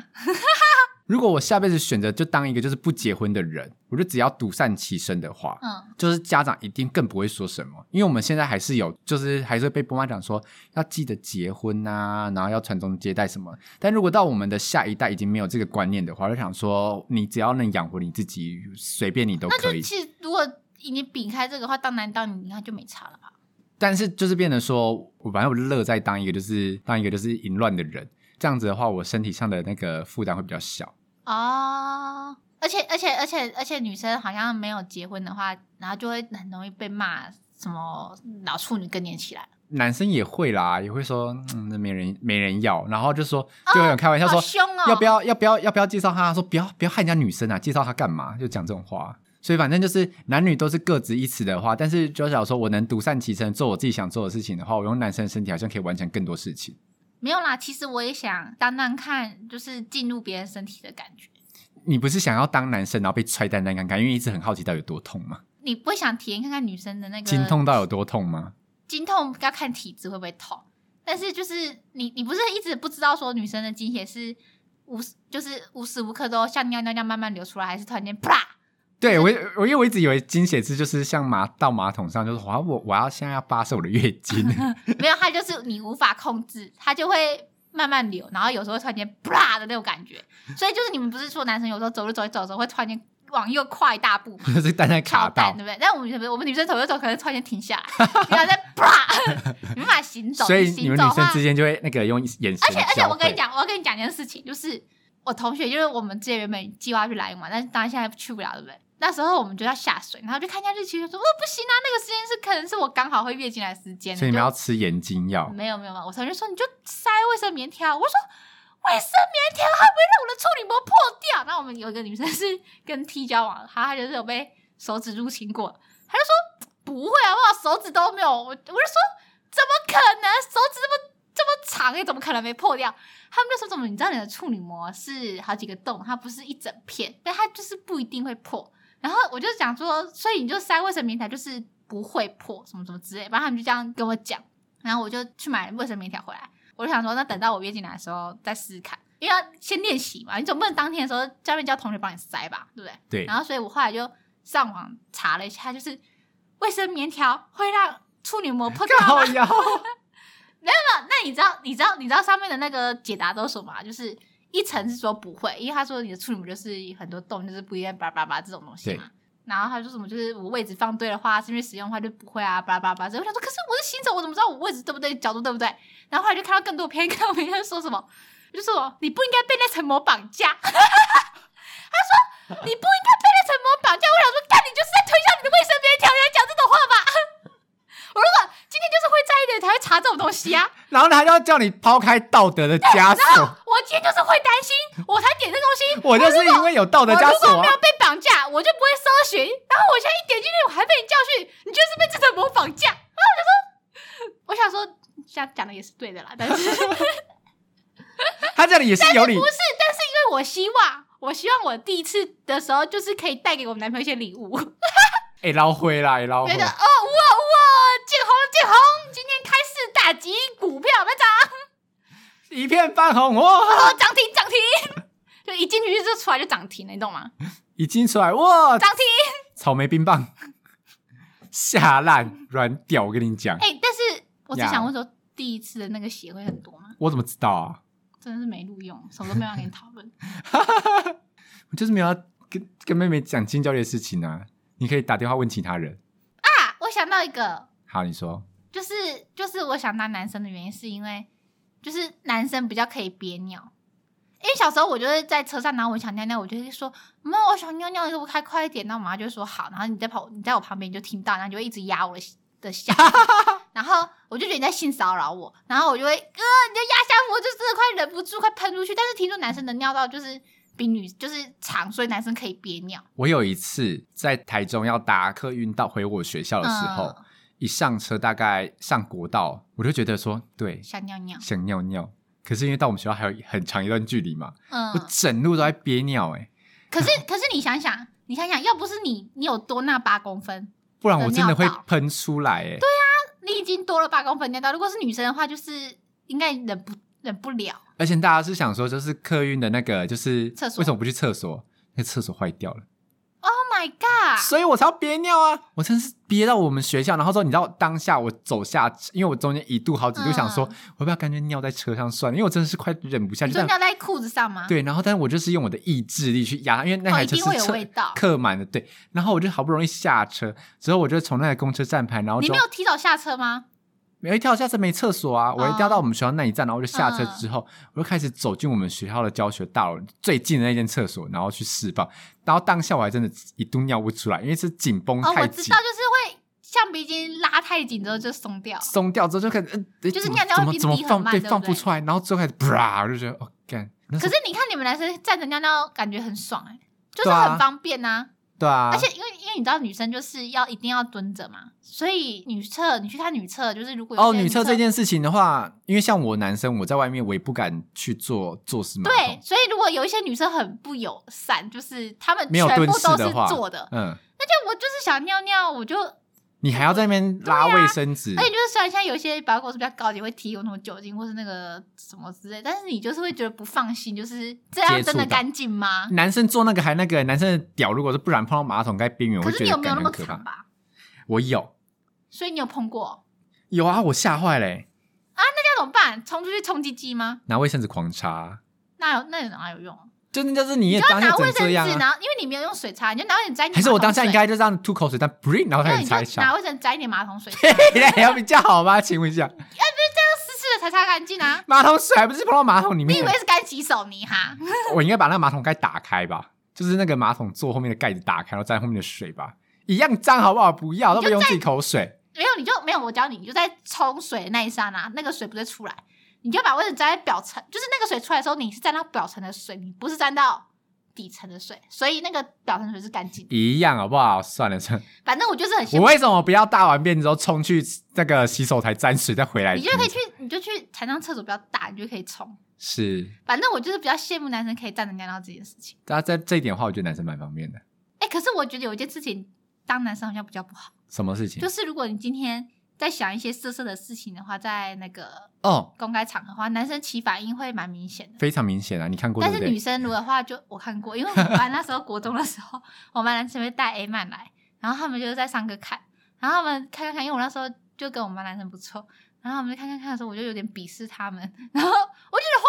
B: 如果我下辈子选择就当一个就是不结婚的人，我就只要独善其身的话，
A: 嗯，
B: 就是家长一定更不会说什么，因为我们现在还是有，就是还是会被爸妈讲说要记得结婚啊，然后要传宗接代什么。但如果到我们的下一代已经没有这个观念的话，就想说你只要能养活你自己，随便你都
A: 那
B: 可
A: 就
B: 以。
A: 其实如果你避开这个话，当男当女应该就没差了吧？
B: (laughs) 但是就是变得说，我反正我就乐在当一个就是当一个就是淫乱的人，这样子的话，我身体上的那个负担会比较小。
A: 哦，而且而且而且而且女生好像没有结婚的话，然后就会很容易被骂什么老处女更年期来了，
B: 男生也会啦，也会说，嗯，那没人没人要，然后就说，就有人开玩笑
A: 好
B: 说，
A: 凶哦！
B: 要不要要不要要不要介绍他？他说不要不要害人家女生啊，介绍他干嘛？就讲这种话。所以反正就是男女都是各执一词的话，但是就假如说我能独善其身，做我自己想做的事情的话，我用男生的身体好像可以完成更多事情。
A: 没有啦，其实我也想当当看，就是进入别人身体的感觉。
B: 你不是想要当男生然后被踹蛋蛋看看，因为一直很好奇到底有多痛吗？
A: 你不会想体验看看女生的那个
B: 经痛到有多痛吗？
A: 经痛要看体质会不会痛，但是就是你你不是一直不知道说女生的经血是无时就是无时无刻都像尿尿那样慢慢流出来，还是突然间啪？
B: 对我我因为我一直以为经血是就是像马到马桶上，就是哇我我要现在要发射我的月经， (laughs)
A: 没有，它就是你无法控制，它就会慢慢流，然后有时候会突然间啪的那种感觉。所以就是你们不是说男生有时候走路走一走的时候会突然间往右跨一大步吗？
B: 就是蛋蛋
A: 跳
B: (laughs) 卡到
A: (laughs) 蛋，，对不对？但我们女生不是，我们女生走就走，可能突然间停下来，然后
B: (laughs)
A: 再啪，没办法行走。
B: 所以
A: 行
B: 你们
A: 走的
B: 女
A: 话
B: 生之间就会那个用眼神
A: 而且而且
B: 交
A: 我跟你
B: 汇
A: 讲，我要跟你讲一件事情，就是我同学，就是我们之前原本计划去莱茵玩，但是当然现在去不了，对不对？那时候我们就要下水，然后就看一下日期，就说哦不行啊，那个时间是可能是我刚好会月经来的时间，
B: 所以你们要
A: 就
B: 吃眼睛药。
A: 没有没有没有，我同学说你就塞卫生棉条，我说卫生棉条它不会让我的处女膜破掉。然后我们有一个女生是跟 T 交往的，她她就是有被手指入侵过，她就说不会啊，我手指都没有，我我就说怎么可能手指这么这么长，你怎么可能没破掉？他们就说怎么你知道你的处女膜是好几个洞，它不是一整片，但它就是不一定会破。然后我就讲说，所以你就塞卫生棉条就是不会破什么什么之类，然后他们就这样跟我讲。然后我就去买卫生棉条回来。我就想说，那等到我月经来的时候再试试看，因为要先练习嘛，你总不能当天的时候教练叫同学帮你塞吧，对不对？
B: 对，
A: 然后所以我后来就上网查了一下，就是卫生棉条会让处女膜破掉
B: 靠
A: 吗？
B: 腰，
A: 那你知道你知道你知道上面的那个解答都是什么吗？就是一层是说不会，因为他说你的处女膜就是很多洞，就是不一样叭叭叭这种东西嘛。然后他说什么，就是我位置放对的话，是因为使用的话就不会啊，叭叭叭。所以我想说，可是我是新手，我怎么知道我位置对不对，角度对不对？然后后来就看到更多篇，更多篇就说什么，就说什么你不应该被那层膜绑架。 (laughs) 他说你不应该被那层膜绑架。我想说，干你就是在推销你的卫生棉条，你还讲这种话吧？ (laughs) 我如果今天就是会在意的人才会查这种东西啊。
B: 然后他要叫你抛开道德的枷锁，
A: 我今天就是会担心， (laughs) 我才点这东西。
B: 我就是
A: 如果
B: 因为有道德枷
A: 我如
B: 锁
A: 果没
B: 啊
A: 有。被绑架，我就不会搜寻。然后我现在一点进去，我还被你教训，你就是被这层膜绑架。然后我想说，我想说，这样讲的也是对的啦，
B: (laughs)
A: 但是不
B: 他这里也是有理，
A: 是，但是因为我希望，我希望我第一次的时候，就是可以带给我男朋友一些礼物，觉
B: 哎，捞灰啦，哎，捞灰
A: 得。哦，哇哇，建宏建宏，今天开市大吉，股票没涨，
B: 一片泛红哇，
A: 哦，涨停涨停，就一进去就出来就涨停了，你懂吗？
B: 已经出来哇，
A: 涨停。
B: 草莓冰棒 (laughs) 下烂软屌，我跟你讲，
A: 哎、但是我只
B: 呀
A: 想问说，第一次的那个血会很多吗？
B: 我怎么知道啊？
A: 真的是没录用，什么都没有跟你讨论。 (laughs)
B: 我就是没有要跟跟妹妹讲近焦虑的事情啊。你可以打电话问其他人。
A: 啊，我想到一个，
B: 好，你说
A: 就是就是我想当男生的原因，是因为就是男生比较可以憋尿。因为小时候我就会在车上，然后我想尿尿，我就会说：“妈，我想尿尿，你给我开快一点。”然后妈妈就会说：“好。”然后你在跑，你在我旁边你就听到，然后你就会一直压我的的下腹，然后我就觉得你在性骚扰我，然后我就会呃，你就压下腹，我就真的快忍不住，快喷出去。但是听说男生的尿道就是比女就是长，所以男生可以憋尿。
B: 我有一次在台中要搭客运到回我学校的时候，
A: 嗯
B: 一上车大概上国道，我就觉得说对
A: 想尿尿，
B: 想尿尿，可是因为到我们学校还有很长一段距离嘛，
A: 嗯
B: 我，整路都在憋尿哎、
A: 可是可是你想想，你想想，要不是你，你有多那八公分，
B: 不然我真的会
A: 尿道啊
B: 喷出来哎、
A: 你已经多了八公分尿道。如果是女生的话，就是应该忍不忍不了。
B: 而且大家是想说，就是客运的那个，就是
A: 厕所
B: 为什么不去厕所？那个厕所坏掉了，
A: Oh my god！
B: 所以我才要憋尿啊！我真是憋到我们学校，然后之后你知道当下我走下，因为我中间一度好几度
A: 嗯
B: 想说，我要不要干脆尿在车上算了，因为我真的是快忍不下
A: 你
B: 去。
A: 说
B: 但
A: 尿在裤子上吗？
B: 对，然后但是我就是用我的意志力去压，因为那
A: 哦
B: 台
A: 一
B: 车
A: 定
B: 是
A: 会有
B: 车
A: 味道
B: 客满的，对。然后我就好不容易下车，之后我就从那个公车站牌，然后
A: 你
B: 就
A: 没有提早下车吗？
B: 没有一跳下车没厕所啊，我一跳到我们学校那一站，然后我就下车之后，我就开始走进我们学校的教学大楼最近的那间厕所，然后去试爆。然后当下我还真的一度尿不出来，因为是紧绷
A: 哦，
B: 太
A: 我知
B: 紧
A: 道，，就是会橡皮筋拉太紧之后就松掉。
B: 松掉之后就开始，呃诶
A: 就是
B: 怎么
A: 尿尿会
B: 怎么
A: 变
B: 怎么
A: 低很
B: 放
A: 慢对不
B: 放不
A: 对
B: 出来，然后最后开始啪，我就觉得哦干，那
A: 可
B: 是
A: 是你看你们男生站着尿尿，感觉很爽哎、就是
B: 对啊
A: 很方便呐、
B: 对啊，
A: 而且因为因为你知道女生就是要一定要蹲着嘛，所以女厕你去看女厕，就是如果有
B: 哦，
A: 些人
B: 女厕这件事情的话，因为像我男生，我在外面我也不敢去坐坐式马
A: 对
B: 桶，，
A: 所以如果有一些女生很不友善，就是她们
B: 没有
A: 全部
B: 蹲式
A: 都是
B: 的话
A: 坐的，
B: 嗯，
A: 那就我就是想尿尿，我就，而
B: 你还要在那边拉
A: 对啊
B: 卫生纸，
A: 且就是虽然现在有一些百货公司比较高级，会提供什么酒精或是那个什么之类，但是你就是会觉得不放心，就是这样
B: 接触
A: 真的
B: 到
A: 干净吗？
B: 男生做那个还那个，男生的屌如果是不然碰到马桶盖边缘，我
A: 可
B: 会
A: 是
B: 觉
A: 你有
B: 得
A: 没有
B: 感
A: 那
B: 觉
A: 么
B: 很可怕
A: 长。吧？
B: 我有
A: 所以你有碰过，
B: 有啊，我吓坏嘞，
A: 那怎么办？冲出去冲鸡鸡吗？
B: 拿卫生纸狂擦，
A: 那有那有哪有用？
B: 真的就是你也
A: 你就要
B: 当下
A: 拿
B: 只
A: 卫
B: 能
A: 生
B: 这
A: 纸，
B: 样啊。
A: 然后因为你没有用水擦，你就拿卫生纸沾你
B: 还是
A: 马
B: 我
A: 桶
B: 当下应
A: 水
B: 该就这样吐口水，但 b r 然后
A: 没
B: 开
A: 有
B: 始
A: 你
B: 擦一
A: 就拿
B: 下，
A: 卫生纸沾 (laughs) 一点马桶水，
B: 嘿嘿 (laughs) 嘿要比较好吗？请问一下，
A: 湿湿的才擦干净啊！
B: 马桶水还不是碰到马桶里
A: (laughs) 你以
B: 面
A: 为？是干洗手泥哈？
B: 我应该把那个马桶盖打开吧，就是那个马桶座后面的盖子打开，然后沾后面的水吧，一样脏好不好？不要，都不用自己口水。
A: 没有，你就没有。我教你，你就在冲水的那一刹那，那个水不是出来，你就把位置沾在表层，就是那个水出来的时候，你是沾到表层的水，你不是沾到底层的水，所以那个表层水是干净的。
B: 一样好不好？算了算了，
A: 反正我就是很羡
B: 我
A: 慕，
B: 为什么不要大完便之后冲去那个洗手台沾水再回来？
A: 你就可以去，你就去台上厕所比较大，你就可以冲。
B: 是，
A: 反正我就是比较羡慕男生可以站着尿尿这件事情。
B: 大家在这一点的话，我觉得男生蛮方便的。
A: 哎，可是我觉得有一件事情，当男生好像比较不好，
B: 什么事情？
A: 就是如果你今天在想一些色色的事情的话，在那个
B: 哦，
A: 公开场合的话，男生起反应会蛮明显的。
B: 非常明显啊，你看过对
A: 但
B: 不
A: 是女
B: 对？
A: 生如果的话就，我看过，因为我们班那时候国中的时候， (laughs) 我们班男生会带 A 漫来，然后他们就是在上课看，然后他们看看看，因为我那时候就跟我们班男生不错，然然后我们就看看看的时候，我就有点鄙视他们，然后我觉得荒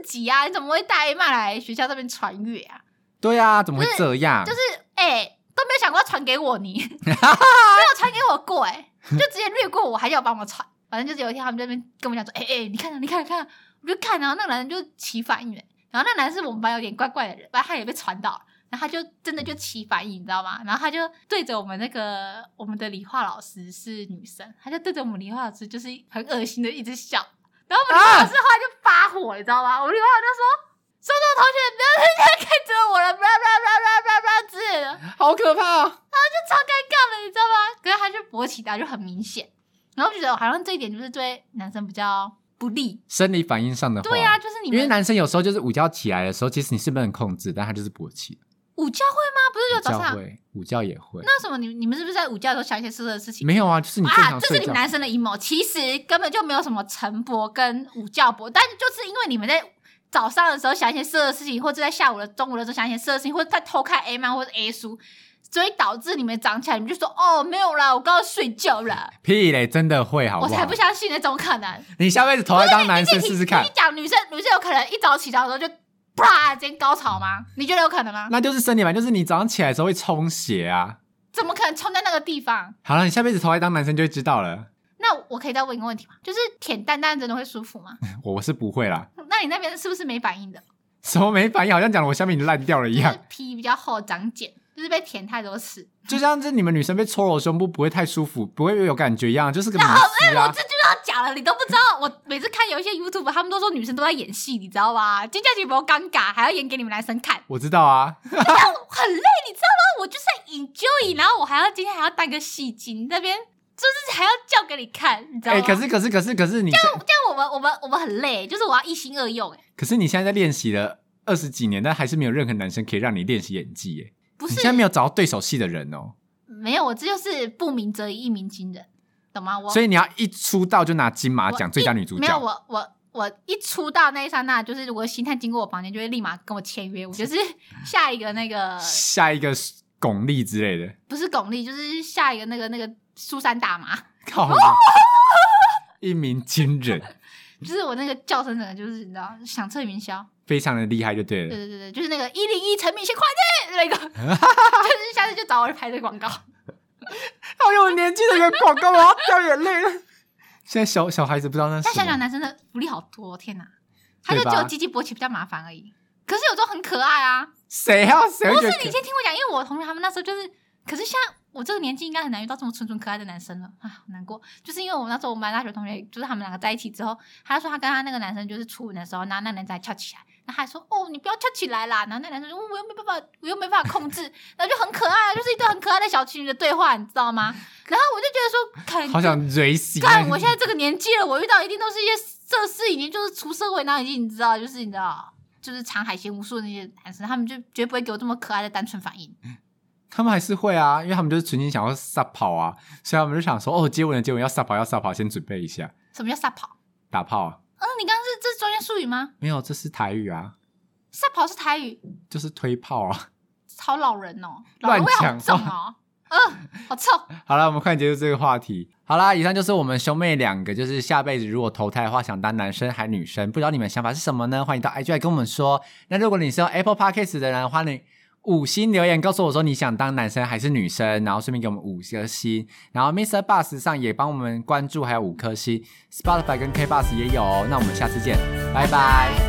A: 谬自己啊，你怎么会大姨妈来学校这边传阅啊？
B: 对啊，怎么会这样？
A: 就是哎、都没有想过要传给我你， (laughs) 没有传给我过哎、就直接略过我，还要帮我传。反正就是有一天他们在那边跟我讲说，哎、哎、你看啊你看啊你看啊，我就看，然后那个男人就起反应了，然后那个男人是我们班有点怪怪的人，反正他也被传到了。然后他就真的就起反应，你知道吗？然后他就对着我们那个我们的理化老师是女生，他就对着我们理化老师就是很恶心的一直笑。然后我们理化老师后来就发火，你知道吗？我们理化老师就说：“说说同学，不要再这样看着我了，不要不要不要不要不要不要之类的。”
B: 好可怕、哦！
A: 超尴尬的，你知道吗？可是他就勃起的啊就很明显，然后就觉得好像这一点就是对男生比较不利。
B: 生理反应上的话，
A: 对呀、啊，就是你
B: 因为
A: 们
B: 男生有时候就是午觉起来的时候，其实你是不能控制，但他就是勃起。
A: 午觉会吗？不是
B: 午
A: 就早
B: 觉
A: 上？啊
B: 会，午觉也会。
A: 那什么你你们是不是在午觉的时候想一些色色的事情？
B: 没有啊，就是你正
A: 啊，
B: 常
A: 这是
B: 睡
A: 你
B: 觉。
A: 们男生的阴谋，其实根本就没有什么晨勃跟午觉勃，但是就是因为你们在早上的时候想一些色色的事情，或者在下午的中午的时候想一些色色的事情，或者在偷看 A 漫或者 A 书，所以导致你们长起来，你们就说哦没有啦，我刚刚睡觉啦，
B: 屁嘞，真的会，好不
A: 我
B: 好？
A: 才不相信呢，怎么可能？
B: 你下辈子投胎
A: (laughs)
B: 当男生试试看
A: 你，讲女生，女生有可能一早起床的时候就啪直接高潮吗？你觉得有可能吗？
B: 那就是生理反应，就是你早上起来的时候会充血啊。
A: 怎么可能冲在那个地方？
B: 好了，你下辈子投胎当男生就会知道了。
A: 那我可以再问一个问题吗？就是舔蛋蛋真的会舒服
B: (laughs)
A: 吗？
B: 我我是不会啦，
A: 那你那边是不是没反应的？
B: 什么没反应，好像讲了我下面已经烂掉了一
A: 就是 (laughs)
B: 样。
A: 皮比较厚长茧，就是被舔太多次。
B: 就像是你们女生被搓揉胸部不会太舒服，不会有感觉一样，就是个迷
A: 那
B: 思
A: 我
B: 啊
A: 这。就要讲了，你都不知道。我每次看有一些 YouTube，他们都说女生都在演戏，你知道吗？尖叫节目尴尬，还要演给你们男生看， (laughs)
B: 我知道啊，
A: 这样很累，你知道吗？我就是在 enjoy，然后我还要今天还要当个戏精，那边就是还要叫给你看，你知道
B: 哎、
A: 吗？
B: 可是可是可是可是你现，
A: 这样我们我们我们很累，就是我要一心二用，哎，
B: 可是你现在在练习了二十几年，但还是没有任何男生可以让你练习演技耶。
A: 不
B: 你
A: 是
B: 现在没有找到对手戏的人哦，
A: 没有，我这就是不鸣则已，一鸣惊人，懂吗？我
B: 所
A: 以
B: 以你要一出道就拿金马
A: 我
B: 奖最佳女主
A: 一没有
B: 角。
A: 我我我一出道那一刹那，就是如果星探经过我房间，就会立马跟我签约，我
B: (laughs)
A: 就是下一个那个
B: 下一个是巩俐之类的，
A: 不是巩俐，就是下一个那个那个苏珊大妈， (laughs)
B: 靠你，一鸣惊人，
A: 就是我那个叫声整个就是你知道响彻云霄，
B: 非常的厉害就
A: 对
B: 对了。
A: 对对对，就是那个一零一陈敏先快乐那个，
B: (laughs)
A: 就是下次就找我去拍这个广告。
B: 好有年纪的一个广告，我要掉眼泪了。现在小小孩子不知道那是
A: 但
B: 什
A: 想想
B: 么，
A: 男生的福利好多、天哪！他就
B: 对吧
A: 只有鸡鸡勃起比较麻烦而已。可是有时候很可爱啊。
B: 谁啊？谁
A: 不
B: 会觉
A: 是你
B: 得可？
A: 先听我讲，因为我同学他们那时候就是，可是现在我这个年纪应该很难遇到这么纯纯可爱的男生了啊，好难过。就是因为我们那时候我们班大学同学，就是他们两个在一起之后，他就说他跟他那个男生就是初吻的时候，然后那男生还翘起来。然后他还说：“哦，你不要翘起来啦！”然后那男生说：“哦我又没办法，我又没办法控制。”然后就很可爱，啊就是一段很可爱的小情侣的对话，你知道吗？ (laughs) 然后我就觉得说，看，
B: 好想啊蕊死！
A: 干，我现在这个年纪了，我遇到一定都是一些这事，已经就是出社会，然后已经你知道，就是你知道，就是尝海鲜无数的那些男生，他们就绝不会给我这么可爱的单纯反应。
B: 他们还是会啊，因为他们就是纯心想要撒跑啊，所以他们就想说，哦，接吻了，接吻要撒跑，要撒跑，先准备一下
A: 什么叫撒跑？
B: 打炮啊。
A: 嗯，你刚刚是这是专业术语吗？
B: 没有，这是台语啊，
A: 撒跑是台语，
B: 就是推炮啊。
A: 好老人哦，老
B: 乱
A: 人味好
B: 讲
A: 重哦
B: 话，
A: 嗯、好臭。
B: 好了，我们快结束这个话题。好啦，以上就是我们兄妹两个，就是下辈子如果投胎的话，想当男生还女生，不知道你们想法是什么呢？欢迎到 IG 来跟我们说。那如果你是用 Apple Podcast 的人，欢迎五星留言告诉我说你想当男生还是女生，然后顺便给我们五颗星。然后 Mr. Bus 上也帮我们关注，还有五颗星。Spotify 跟 K Bus 也有哦。那我们下次见，拜拜